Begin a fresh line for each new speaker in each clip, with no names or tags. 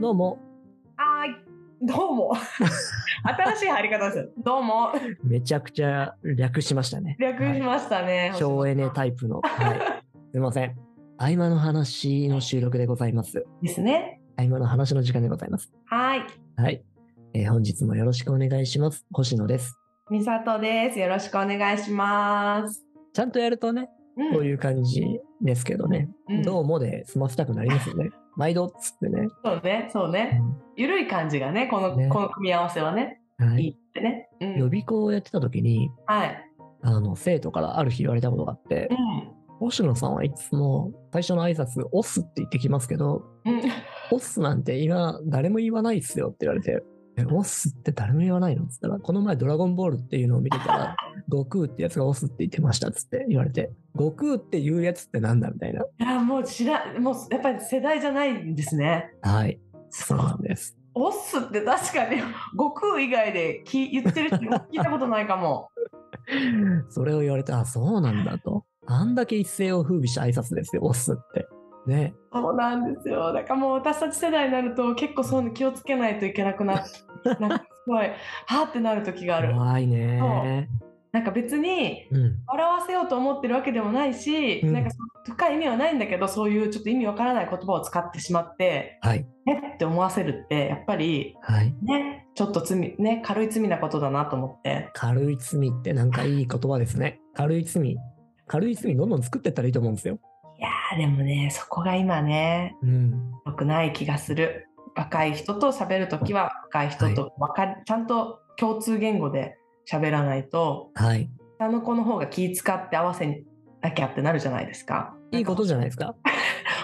どうも。
あーどうも。 新しい入り方です。どうも。
めちゃくちゃ略しましたね。
略しましたね。
はい省エネ
イ
タイプ の。はい。すいません。合間の話の収録でございます。
プですね。
合間の話の時間でございます。
はい。
はい。えー本日もよろしくお願いします。星野です。
みさとです。よろしくお願いします。
ちゃんとやるとね、
うん
こういう感じですけどね。
うん
どうもで済ませたくなりますよ ね。毎度っつってね。
そうね、そうね。ゆるい感じがね、この、
ね
この組み合わせはね、
はい
い
い。
ってね。うん
予備校をやってた時に、
はい。
あの、生徒からある日言われたことがあって
う、ん。
星野さんはいつも最初の挨拶、オスって言ってきますけど、
うん、
オスなんて今、誰も言わないっすよって言われて、え、オスって誰も言わないのっつったら、この前ドラゴンボールっていうのを見てた ら、悟空ってやつがオスって言ってましたっつって言われて、悟空っていうやつってなんだみたいな。
いやもう知らもうやっぱり世代じゃないんですね。
はい。そうなんです。
オスって確かに悟空以外でき言ってる人聞いたことないかも。
それを言われて、あ、そうなんだと。あんだけ一世を風靡した挨拶ですよ、オスって。ね。
そうなんですよ。だからもう私たち世代になると結構そういうの気をつけないといけな くなって、なんかすごい、はーってなる時がある。
怖いね。
なんか別に
うん。
笑わせようと思ってるわけでもないし、
うん
なんか深い意味はないんだけど、そういうちょっと意味わからない言葉を使ってしまって、
はい。
ねって思わせるって、やっぱり
はい。
ね、ちょっと罪、ね、軽い罪なことだなと思って。
軽い罪ってなんかいい言葉ですね。軽い罪。軽い罪どんどん作ってったらいいと思うんですよ。
いやーでもね、そこが今ね、
うん。
良くない気がする。若い人と喋るときは若い人とわかり、ちゃんと共通言語で喋らないと
はい。
下の子の方が気使って合わせなきゃってなるじゃないですか。
いいことじゃないですか。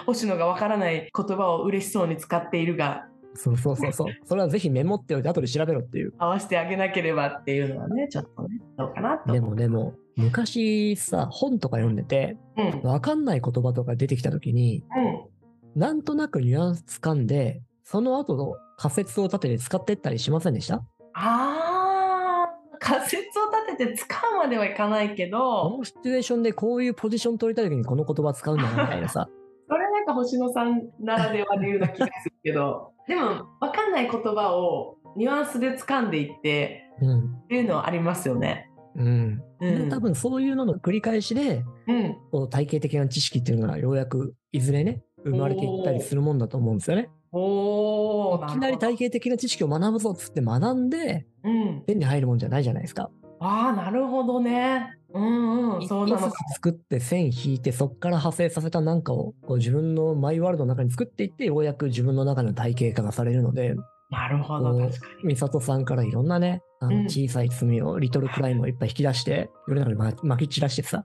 星野がわからない言葉を嬉しそうに使っているが
そうそうそう そう。それはぜひメモっておいて後で調べろっていう。
合わせてあげなければっていうのはねちょっとねどうかなと。
でもでも、昔さ、本とか読んでて、
うんうん
わかんない言葉とか出てきた時に、なんとなくニュアンス掴んで、その後の仮説を立てて使ってったりしませんでした
あー仮説を立てて使うまではいかないけ
こ
ど
のシチュエーションでこういうポジション取りたい時にこの言葉使うんだなみたいな さ。
それはなんか星野さんならではで言うな気がするけど でも分かんない言葉をニュアンスで掴んでいって
うん。
っていうのはありますよね。
うん。
う
で
ん、
多分そういうのの繰り返しで、
うん、
この体系的な知識っていうのがようやくいずれね、生まれていったりするもんだと思うんですよね。
おー
いきなり体系的な知識を学ぶぞっつって学んで、
るほどうん、
手に入るもんじゃないじゃないですか。
ああなるほどね。うんうん
一
そうなの
筋
か。
作って線引いてそこから派生させたなんかをこう自分のマイワールドの中に作っていってようやく自分の中の体系化がされるので
なるほど
こう
確かに。
美里さんからいろんなねあ
うん
の小さい罪を、リトルクライムをいっぱい引き出して世の中にままき散らしてさ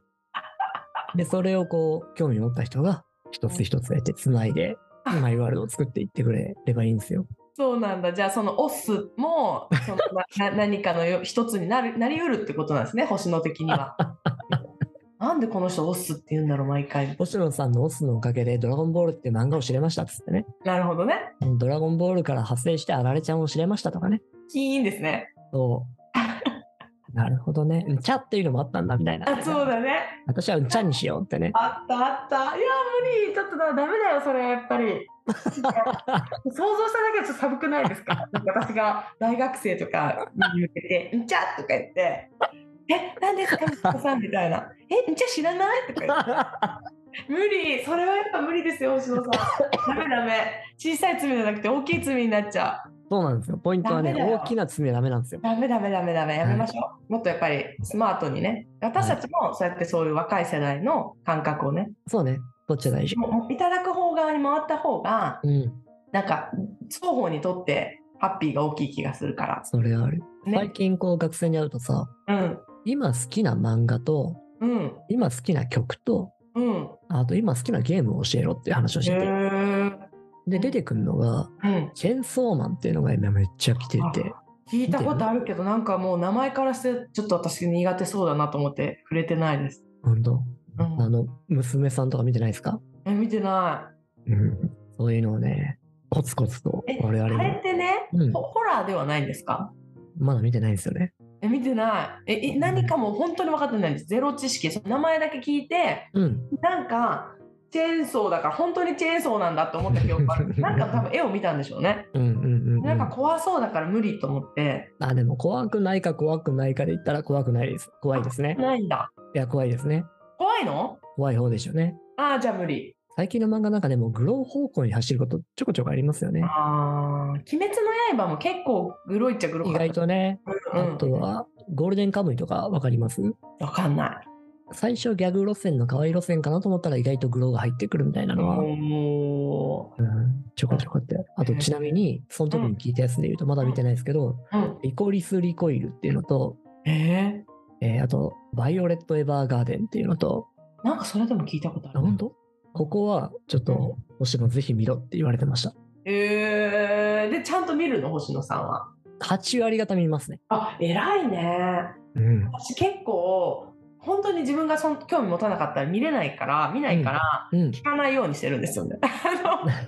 でそれをこう興味持った人が一つ一つやってつないでマイワールドを作っていってくれればいいんですよ。
そうなんだじゃあそのオスもそのな な何かのよ一つになるなりうるってことなんですね星野的に は。なんでこの人オスって言うんだろう毎回。
星野さんのオスのおかげで「ドラゴンボール」って漫画を知れましたっつってね
なるほどね。
「ドラゴンボール」から派生してあられちゃんを知れましたとかね
キーンですね。
そう。なるほどね。うんちゃっていうのもあったんだみたいな。
あそうだね。
私はうんちゃにしようってね。
あったあった。いや無理。ちょっとだダメだよそれやっぱり。想像しただけでちょっと寒くないですか。なんか私が大学生とかに向けて「んちゃ」とか言って「えなんですか息子さん」みたいな「えんちゃ知らない?」とか言って「無理それはやっぱ無理ですよ星野さん」「ダメダメ小さい罪じゃなくて大きい罪になっちゃう」
そうなんですよ。ポイントはね、
ダメだよ
大きな罪はダメなんですよ。
「ダメダメダメダメやめましょう」もっとやっぱりスマートにね私たちもそうやってそういう若い世代の感覚をね
そうね。どっちが大事
ももいただく方側に回った方が
うん。
なんか双方にとってハッピーが大きい気がするから
それはある。最
ね。
近こう学生に会うとさ、
うん
今好きな漫画と、
うん
今好きな曲と、
うん。
あと今好きなゲームを教えろっていう話をしてて。
へ
で、出てくるのが、
ーうん。
チェンソーマンっていうのが今めっちゃ来てて。
聞いたことあるけど、なんかもう名前からして、ちょっと私苦手そうだなと思って、触れてないです。
本当
う
あ
ん。
の、娘さんとか見てないですか
え、見てな
うん。そういうのをね、コツコツと
い。え、
我々
あれ
も
ってね、
うん
ホホラーではないんですか。
まだ見てないんですよね。
え、見てない。え、え何かもう本当に分かってないんです。ゼロ知識、その名前だけ聞いて、
うん。
なんか。チェーンソーだから本当にチェーンソーなんだと思った記憶が あるなんか多分絵を見たんでしょうね
うんうんうんうん
なんか怖そうだから無理と思って
あでも怖くないか怖くないかで言ったら怖くないです怖いですね
ないんだ
いや怖いですね
怖いの
怖い方でしょうね
ああじゃあ無理
最近の漫画なんかでもグロー方向に走ることちょこちょこありますよね
ああ鬼滅の刃も結構グロいっちゃグロ
意
かった
外とね
う
あ
ん
とはゴールデンカムイとかわかります
わかんない
最初ギャグ路線の可愛い路線かなと思ったら意外とグローが入ってくるみたいなのは、
も
うんちょこちょこってあとちなみにその時に聞いたやつで言うとまだ見てないですけど
う、うん、
リコリス・リコイルっていうのと、
え
えーあとバイオレット・エヴァーガーデンっていうのと
ー、なんかそれでも聞いたことあ
あ
る
本当ここはちょっと星野ぜひ見ろって言われてました
えー、でちゃんと見るの星野さんは
8割方見ますね
あ偉いね
うん
私結構本当に自分がそん興味持たなかったら見れないから見ないから
うん
聞かないようにしてるんですよね。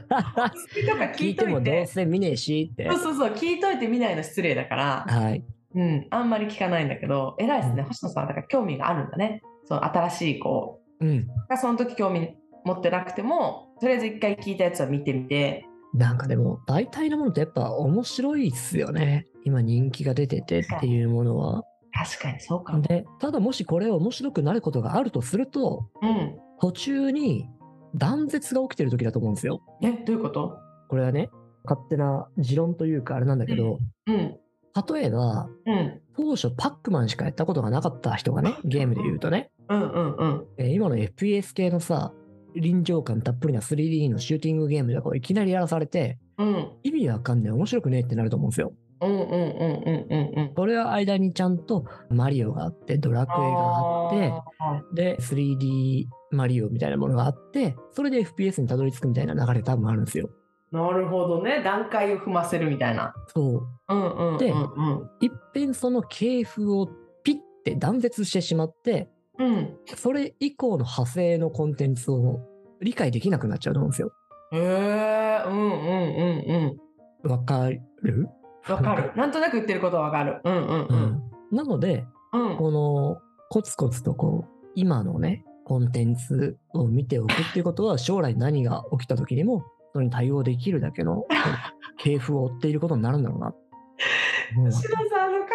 あの好きとか
聞
聞
い
い
て
と
も
い
どう
て
せ見ねえしって
そうそうそう聞いといて見ないの失礼だから、
はい
うん、あんまり聞かないんだけど偉いです
う
ね
ん
星野さんだから興味があるんだねその新しい子
うん
がその時興味持ってなくてもとりあえず一回聞いたやつは見てみて
なんかでも大体のものってやっぱ面白いっすよね今人気が出ててっていうものは
確かにそうかも、
でただもしこれ面白くなることがあるとすると
うん、
途中に断絶が起きてる時だと思うんですよ
えどういうこと、
これはね勝手な持論というかあれなんだけど、
うん
例えば
うん、
当初パックマンしかやったことがなかった人がねゲームで言うとね
うんうんうん
えー今の FPS 系のさ臨場感たっぷりな 3D のシューティングゲームでこういきなりやらされて
うん
意味わかんねえ面白くねえってなると思うんですよ
うんうんうんうんうんうん
これは間にちゃんとマリオがあってドラクエがあって
あ
で 3D マリオみたいなものがあってそれで FPS にたどり着くみたいな流れ多分あるんですよ
ーなるほどね段階を踏ませるみたいな
そう
うんうんうん
で
うん
いっぺんその系譜をピッて断絶してしまって
うん
それ以降の派生のコンテンツを理解できなくなっちゃうと思うんですよ
へえうんうんうん
わかる
うんわかるなんとなく言ってることはわかるうんうんうん
なので
うん
このコツコツとこう今のねコンテンツを見ておくっていうことは将来何が起きた時にもそれに対応できるだけ のこう系譜を追っていることになるんだろうな。うん
志田さんの考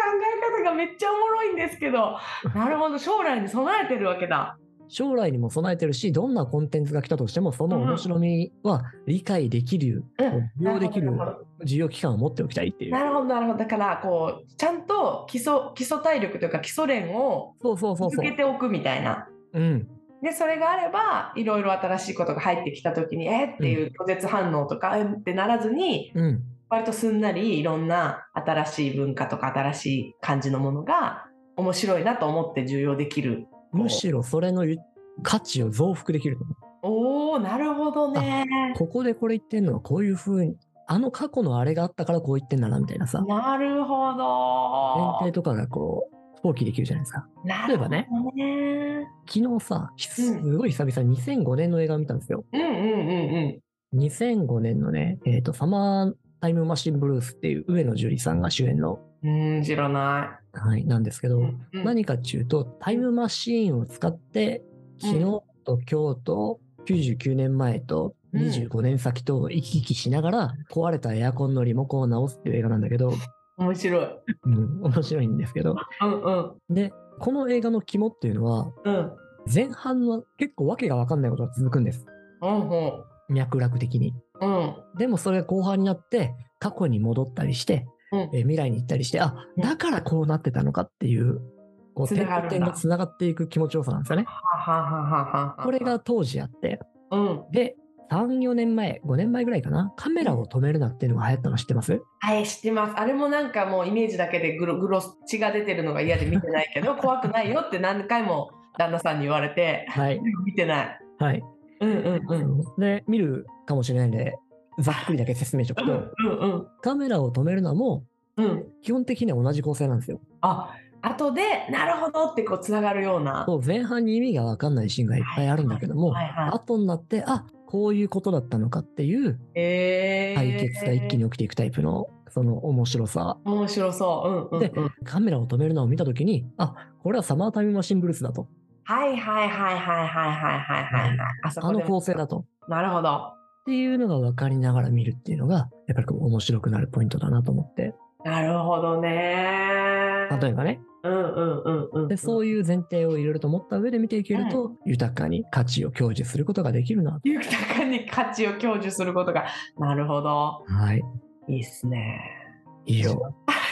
え方がめっちゃおもろいんですけどなるほど将来に備えてるわけだ
将来にも備えてるしどんなコンテンツが来たとしてもその面白みは理解できる、
うん
こう利用できる
なるほ
需要期間を持っておきたいっていう
な。るほどなるほどだからこうちゃんと基礎基礎体力というか基礎練を
そうそうそう
続
そう
け。ておくみたいな
うん、
でそれがあればいろいろ新しいことが入ってきた時にえっっていう拒絶反応とか、えっってならずに
うん、
割とすんなりいろんな新しい文化とか新しい感じのものが面白いなと思って重要できる。
むしろそれのゆ価値を増幅できると思う
おおなるほどね。
ここでこれ言ってんのはこういう風にあの過去のあれがあったからこう言ってんだなみたいなさ
なるほ
前
ど
提。とかがこう放棄できるじゃないですか
な
例え
る
ば
ほど
ね
ね。
昨日さひす
うん
ごい久々に2005年の映画を見たんですよ
うんうんうん
2005年のね、えーとサマータイムマシンブルースっていう上野樹里さんが主演の、
うん。うん知らな
はい、なんですけ
い。
ど、
うんうん
何かっていうとタイムマシーンを使って
うん
昨日と今日と99年前と
うん
25年先と行き来しながら壊れたエアコンのリモコンを直すっていう映画なんだけど、
面白い。
うん、面白いんですけど
うんうん
でこの映画の肝っていうのは
うん
前半は結構わけが分かんないことが続くんです
うんうん
脈絡的に
うん
でもそれが後半になって過去に戻ったりして、
うん
えー未来に行ったりしてあだからこうなってたのかっていうこう
つな
点と
がるんだ
点がつながっていく気持ちよさなんですよね
ははははは。
これが当時あって
うん。
で34年前5年前ぐらいかなカメラを止めるなっていうのが流行ったの知ってます
はい知ってます。あれもなんかもうイメージだけでグログロ血が出てるのが嫌で見てないけど怖くないよって何回も旦那さんに言われて
はい
見てない。
はい、
うんうんうん
で見るかもしれないんでざっくりだけ説明しとく
う
と
んうん
カメラを止めるのも
うんうん。
基本的には同じ構成なんですよ
あ後でなるほどってこうつながるような。
そう前半に意味が分かんないシーンがいっぱいあるんだけども、
はいは
後になってあこういうことだったのかっていう
い。えー、
解決が一気に起きていくタイプのその面白さ
面白そう。うんうんうん。
カメラを止めるのを見た時にあこれはサマータイムマシンブルースだと
はいはいはいはいはいはいはいはいはい。あそ
あ
こ
の
で。
構成だと。っ
なるほど。
ていうのが分かりながら見るっていうのが、やっぱりこう面白くなるポイントだなと思って。
なるほどね。
例えばね。
うんうんうんうん。
で、そうういう前提をいろいろと持った上で見ていけると、豊かに価値を享受することができるな。
豊かに価値を享受することが。なるほど。
はい。
いいっすね。
以上。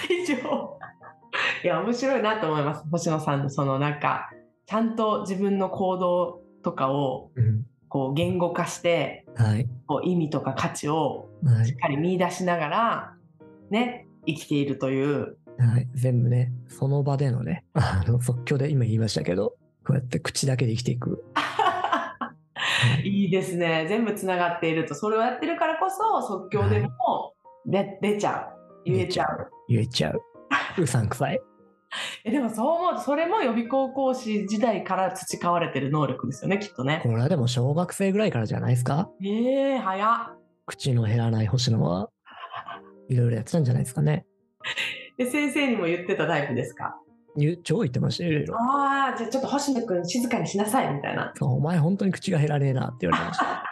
以上 いや面白いなと思います星野さんのそのなんかちゃんと自分の行動とかを
うん
こう言語化して
はい。
こう意味とか価値を
は
しっ
い。
かり見出しながらね生きているという
はい。全部ね、その場でのね、あの、即興で今言いましたけど、こうやって口だけで生きていく。はい
いいですね全部つながっているとそれをやってるからこそ即興でもで出ちゃう言えちゃう。
言えちゃう。うさんくさい。
えでもそう思うとそれも予備高校師時代から培われてる能力ですよねきっとね
こ。れはでも小学生ぐらいからじゃないですか
えー、早っ
口の減らない星野は、いろいろやってたんじゃないですかね。
で先生にも言ってたタイプですか
言う超言ってましたよ、いろいろ。
ああじゃあちょっと星野くん静かにしなさいみたいな
そうお前本当に口が減らねえなって言われてまし た。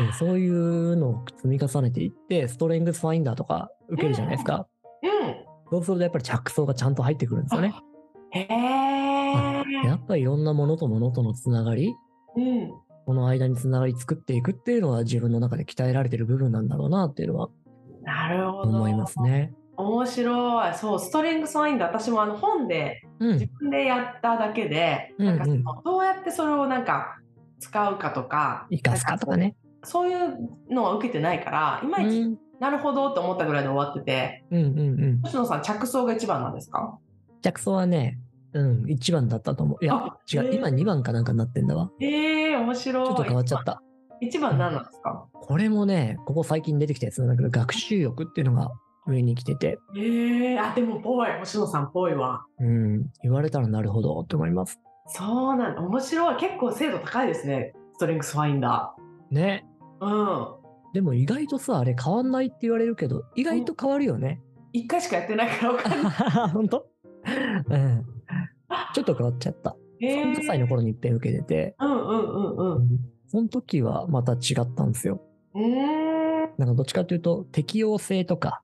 うん、そういうのを積み重ねていって、ストレングスファインダーとか受けるじゃないですか。
う
そうするとやっぱり着想がちゃんと入ってくるんですよね。
んへえ
やっぱりいろんなものとものとのつながり、
うん
この間につながり作っていくっていうのは自分の中で鍛えられてる部分なんだろうなっていうのは
なるほど
思いますね。
面白いそうストリングスワインダー私もあの本で
う
自
ん。
分でやっただけで、
うん
なんかそ
うん
のどうやってそれをなんか使うかとか
生かすかとか
なん
ね。
そういうのは受けてないからいま
う
いち
ん。
なるほどと思ったぐらいで終わってて
うんうんうん。
星野さん着想が一番なんですか
着想はね、うん、1番だったと思う。いや、違
あ
う、今2番かなんかになってんだわ。
ええ面白い
ちょっと変わっちゃった。
一番何なんですか、
これもね、ここ最近出てきたやつなんだけど、学習欲っていうのが上に来てて、
ええあでもぽい星野さんぽいわ
うん、言われたらなるほどって思います。
そうなんだ面白い結構精度高いですねストリングスファインダ
ね。
ーうん
でも意外とさ、あれ変わんないって言われるけど、意外と変わるよね。
一回しかやってないから分かんない
本当うん。ちょっと変わっちゃった。
え
30歳の頃に一遍受けてて、
うんうんうんうん
その時はまた違ったんですよ。
うーん
なんかどっちかというと、適応性とか、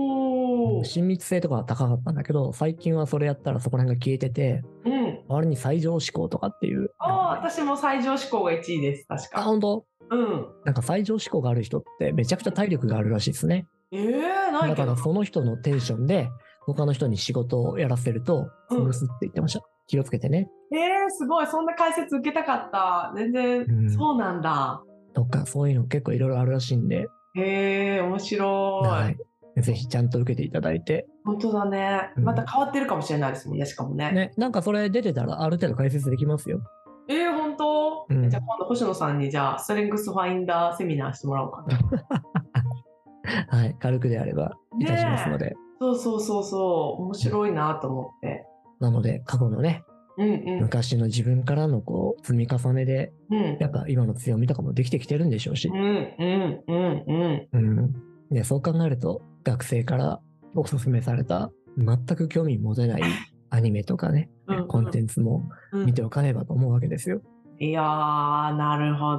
おー
親密性とかが高かったんだけど、最近はそれやったらそこら辺が消えてて、
うん
周りに最上思考とかっていう。
ああ私も最上志向が1位です確
あ、
か
本当
うん
なんか最上志向がある人ってめちゃくちゃ体力があるらしいですね。
ええない
だ
け
か
ど
らその人のテンションで他の人に仕事をやらせると
うん
潰すって言ってました。気をつけてね。
ええすごいそんな解説受けたかった全然、
うん
そうなんだ
とかそういうの結構いろいろあるらしいんで、
へえ面白い、
はい。ぜひちゃんと受けていただいて。
本当だね
うん
また変わってるかもしれないですもんねしかもね
ね、なんかそれ出てたらある程度解説できますよ。
えー、本当、
うん
じゃあ今度星野さんにじゃあストレングスファインダーセミナーしてもらおうかな。
はい。軽くであればいたしますので。
そうそうそうそう面白いなと思って。
なので過去のね、
うんうん
昔の自分からのこう積み重ねで、
うん
やっぱ今の強みとかもできてきてるんでしょうし
う。んうんうんうん
うん。ね、そう考えると、学生からお勧めされた、全く興味持て ないアニメとかね、
うん
コンテンツも
うん
見ておかねばと思うわけですよ。
いやーなるほ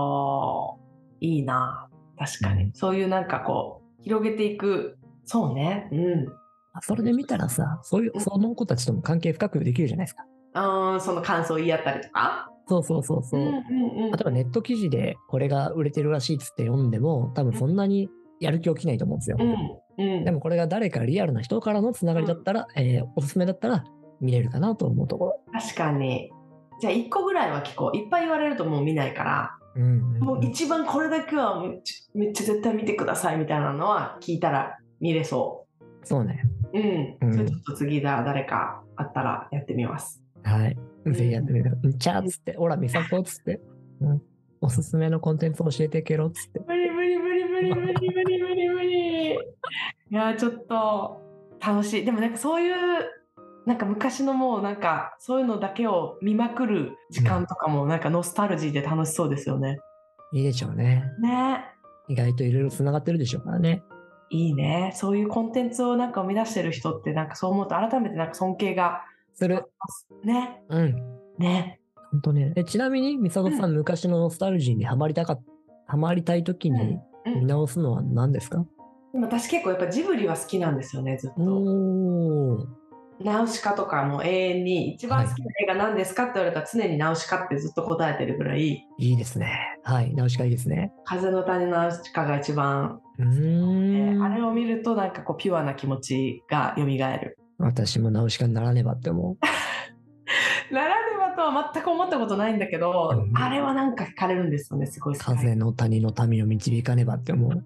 どいいな確かに、
うん
そういうなんかこう広げていくそうねうん
それで見たらさ、そういう、その子たちとも関係深くできるじゃないですか。
あーその感想言い合ったりとか
そうそうそうそう。
ん
例
うんうん
えばネット記事でこれが売れてるらしいっつって読んでも、多分そんなにやる気起きないと思うんですよ。
うんうん
でもこれが誰かリアルな人からのつながりだったら、えーおすすめだったら見れるかなと思うところ。
確かにじゃあ1個ぐらいは聞こういっぱい言われるともう見ないから
うんうん
も
う、
うん一番これだけはめっちゃめっちゃ絶対見てくださいみたいなのは聞いたら見れそ
そうね。
ううん、
うん
それちょっと次だ誰かあったらやってみます
はい。ぜひやってみて。うん、ちゃーっつって、ほら、見さこっつって、うん。おすすめのコンテンツ教えてけろっつって。
無理無理無理無理無理無理無理無理いやーちょっと楽しいでもなんかそういうなんか昔のもうなんかそういうのだけを見まくる時間とかもなんかノスタルジーで楽しそうですよね、
いいでしょうね。
ね
意外といろいろつながってるでしょうからね。
いいねそういうコンテンツをなんか生み出してる人ってなんかそう思うと改めてなんか尊敬が
する。
ね
うん。
ね
本当ね。え、ちなみに、美里さん、昔のノスタルジーにはまりたかっはまりたい時に
うんうん
見直すのは何ですか、
でも私結構やっぱジブリは好きなんですよねずっと。
おー
ナウシカとかも永遠に一番好きな映画何ですかって言われたら常にナウシカってずっと答えてるぐらい
いいですね。はい、直しがいいですね。
風の谷のナウシカが一番、
う
え
ーん。
ーあれを見るとなんかこうピュアな気持ちが蘇る。
私も直しかにならねばって思う。
ならねばとは全く思ったことないんだけど、
うん
あれはなんか惹かれるんですよねすごい好き
風の谷の民を導かねばって思う。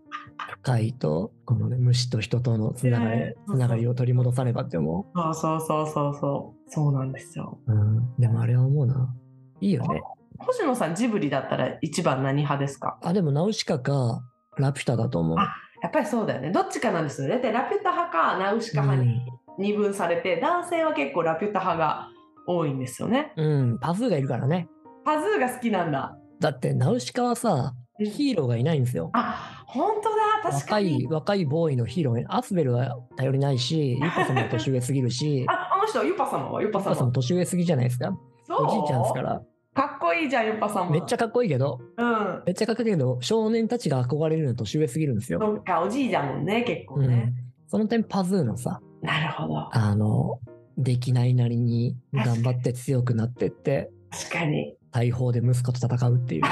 深いと、このね、虫と人とのつなが
いやいや
り、
そうそう
つながりを取り戻さねばって思
そうそうそうそうそうそうなんですよ。
う。うん。でもあれは思うな。いいよね。
星野さんジブリだったら一番何派ですか
あ、でも直しかか、ラピュタだと思う。
あやっぱりそうだよねどっちかなんですよねでラピュタ派かナウシカ
う
派に
ん
二分されて、男性は結構ラピュタ派が多いんですよね
うん、パズーがいるからね。
パズーが好きなんだ
だって、ナウシカはさ、
うん
ヒーローがいないんですよ。
あ本当だ確
若
かに
い、若いボーイのヒーローに、アスベルは頼りないし、ユッパさんも年上すぎるし、ユッ
ああの人ユパ様はユパ
パ
様
さんも年上すぎじゃないですか。
そう
おじいちゃんですから。
かっこいいじゃんユパ様
めっちゃかっこいいけど、
うん
めっちゃかっこいいけど、少年たちが憧れるのは年上すぎるんですよ。
そっかおじいじゃんもんね結構
う
ね
ん、、その点、パズーのさ、
なるほど
あの、できないなりに頑張って強くなってって、
確かに
大砲で息子と戦うっていう。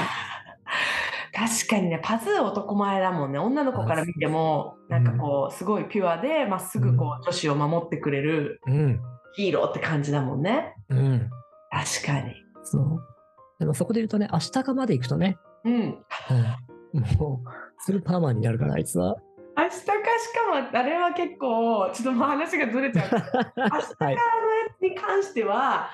確かにねパズー男前だもんね女の子から見ても
あそ
な
うん
かこうすごいピュアでまっすぐこう女子を守ってくれる
うん、
ヒーローって感じだもんね
うん、
確かに
そう。でもそこで言うとね、明日かまで行くとね、
うん
うんもう、スーパーマンになるから、あいつは。
明日かしかもあれは結構ちょっともう話がずれ ちゃう明日
はい。
に関しては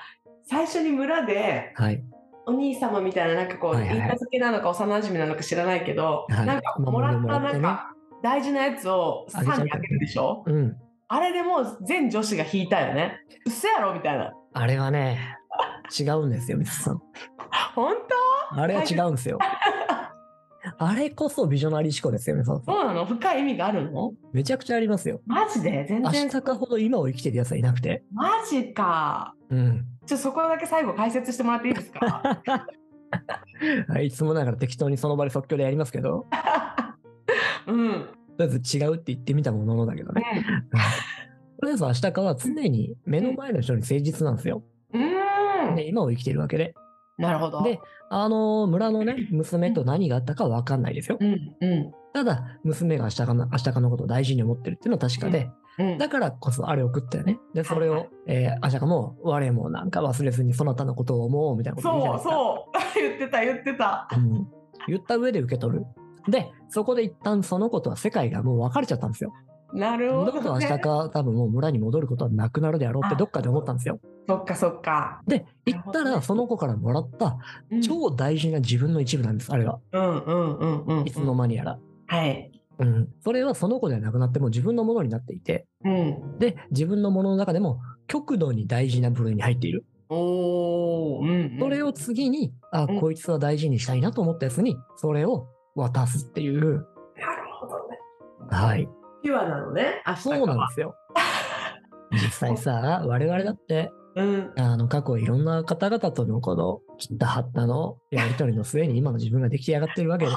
最初に村で
はい。
お兄様みたいななんかこう
はいはいはい
言いた付けなのか幼馴染なのか知らないけど、
はい
なんかもらっ
お守りもら
た
っ
な
て
ん
ね
か大事なやつをさ
あげちゃう
にあげるでしょ
うん。
あれでもう全女子が引いたよね嘘やろみたいな
あれはね、違うんですよ、皆さん。
本
あれは違うんです よ。あれこそビジョナリー思考ですよ、皆さん
当。そうなの深い意味があるの
めちゃくちゃありますよ。
マジで全
明
然
日かほど今を生きてる奴はいなくて。
マジか
うん。
ちょっとそこだけ最後解説してもらっていいですか
はい、いつもながら適当にその場で即興でやりますけど、
うん
とりあえず違うって言ってみたもののだけどね。とりあえず明日かは常に目の前の人に誠実なんですよ。
うんうーん
で、今を生きてるわけで。
なるほど
で、あのー村のね、娘と何があったかわかんないですよ。
うんう
ただ、娘が明日かの明日かのことを大事に思ってるっていうのは確かで、
んうん
だからこそあれを送ったよね。で、それ
は
を
い、
えー、あしゃかも、我もなんか忘れずにそなたのことを思おうみたいなこと言うじゃな
そ
いうですか。
そう 言ってた言ってた
うん言った上で受け取る。で、そこで一旦その子とは世界がもう別れちゃったんですよ。
なるほ
戻ると
ど、
明
ね
日、か、多分もう村に戻ることはなくなるであろうって
あ
どっかで思ったんですよ。
そっかそっか、
で、行った
なるほど
ら
ね
その子からもらった
うん、
超大事な自分の一部なんです、あれが。
うんうんうんうんうん
いつの間にやら。
はい
うん。それはその子ではなくなってもう自分のものになっていて、
うん
で、自分のものの中でも極度に大事な部類に入っている。
おお、うんうん、
それを次に、あ、
うん
こいつは大事にしたいなと思ったやつに、それを渡すっていう。
なるほどね
はい。
ピュアなのね明日か
そうなん
は
ですよ。 実際さ、我々だって、
うん
あの、過去いろんな方々とのこの、切った張ったのやりとりの末に今の自分が出来上がってるわけ で、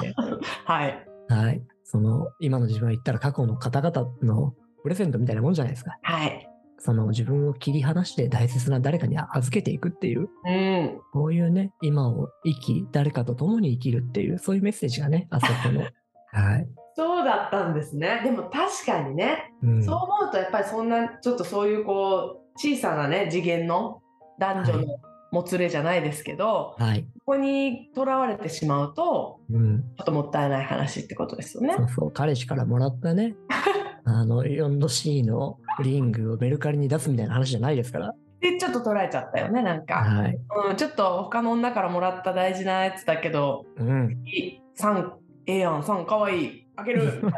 はい
はい。その、今の自分が言ったら過去の方々のプレゼントみたいなもんじゃないですか。
はい
その自分を切り離して大切な誰かに預けていくっていう、
うん
こういうね、今を生き、誰かと共に生きるっていう、そういうメッセージがね、あそこ の。はい。
そうだったんですねでも確かにね、
うん
そう思うとやっぱりそんなちょっとそういうこう小さなね次元の男女のもつれじゃないですけど、
はい。
ここにとらわれてしまうと
うん。
ちょっともったいない話ってことですよね
そ。うそう、彼氏からもらった ね、あの、4度 C のリングをメルカリに出すみたいな話じゃないですから。
でちょっと捉えちゃったよねなんか、
はい。
うん、ちょっと他の女からもらった大事なやつだけど
うん。
「さんええやんさんかわいいあげ る」みたい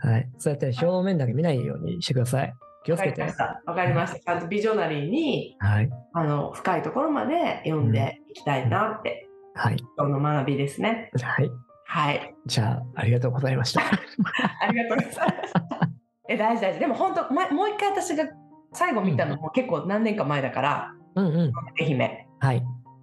な
はい。そうやって表面だけ見ないようにしてください。気を
わ
つ
か
け
り
て
ま。したわかりましたちゃんとビジョナリーに
はい。
あの深いところまで読んでいきたいなって、
はい。
今日の学びですね。
はい。
はい、
じゃあ、ありがとうございました。
ありがとうございま した。え大事大事でも本当まもう一回私が最後見たのも結構何年か前だから、
うんうん。
愛媛。
はい。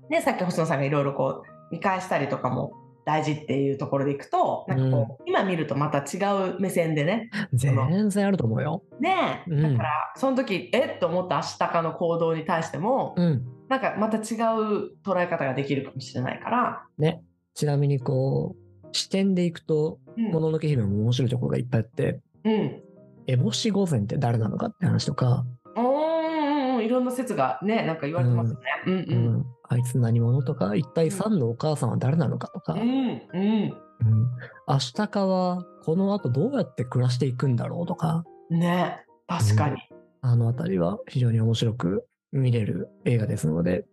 で、さっき星野さんがいろいろこう、見返したりとかも大事っていうところでいくと、なんかこう、今見るとまた違う目線でね。
全然あると思うよ。
ねえ
うん
だから、その時、えっと思った明日かの行動に対しても、
うん。
なんかまた違う捉え方ができるかもしれないから、
ちなみにこう、視点でいくと、
うん
もののけ姫も面白いところがいっぱいあって、
うん。
烏帽子御前って誰なのかって話とか、
おーうんうんうん、いろんな説がね、なんか言われてますよね。うん
う
うん。
ん、あいつ何者とか、一体サンのお母さんは誰なのかとか、
う
うん、
んうん。
明日かはこの後どうやって暮らしていくんだろうとか、
ね確かに、
あのあたりは非常に面白く見れる映画ですので、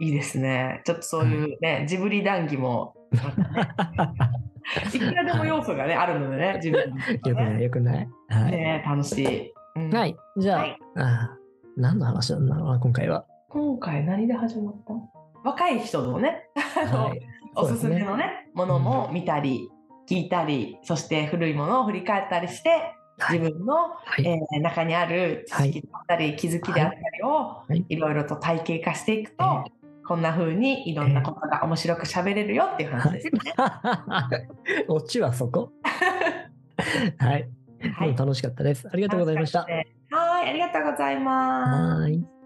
いいですねちょっとそういうねジブリ談 義もまたねいくらでも要素がね、あるのでねジブリ談義
よく
も
ない、
ね
よくない。はい。
ね楽しい、うん
はい。じゃあ、
はい
あー何の話なんだろうな、今回は。
今回何で始まった若い人のねあの、
はい。
おすすめ
そう
の
で
ねものも見たり聞いたりそして古いものを振り返ったりして
はい
自分の、
はい
えー中にある知識だったり、気づきであったりを、
い
い、ろいろと体系化していくと、
は
こんな風にいろんなことが面白く喋れるよっていう話ですよね。
はい。 オチはそこ。はい。
は
でも
い、
楽しかったです。ありがとうございました。
はい、ありがとうございま
は
す。
ーい。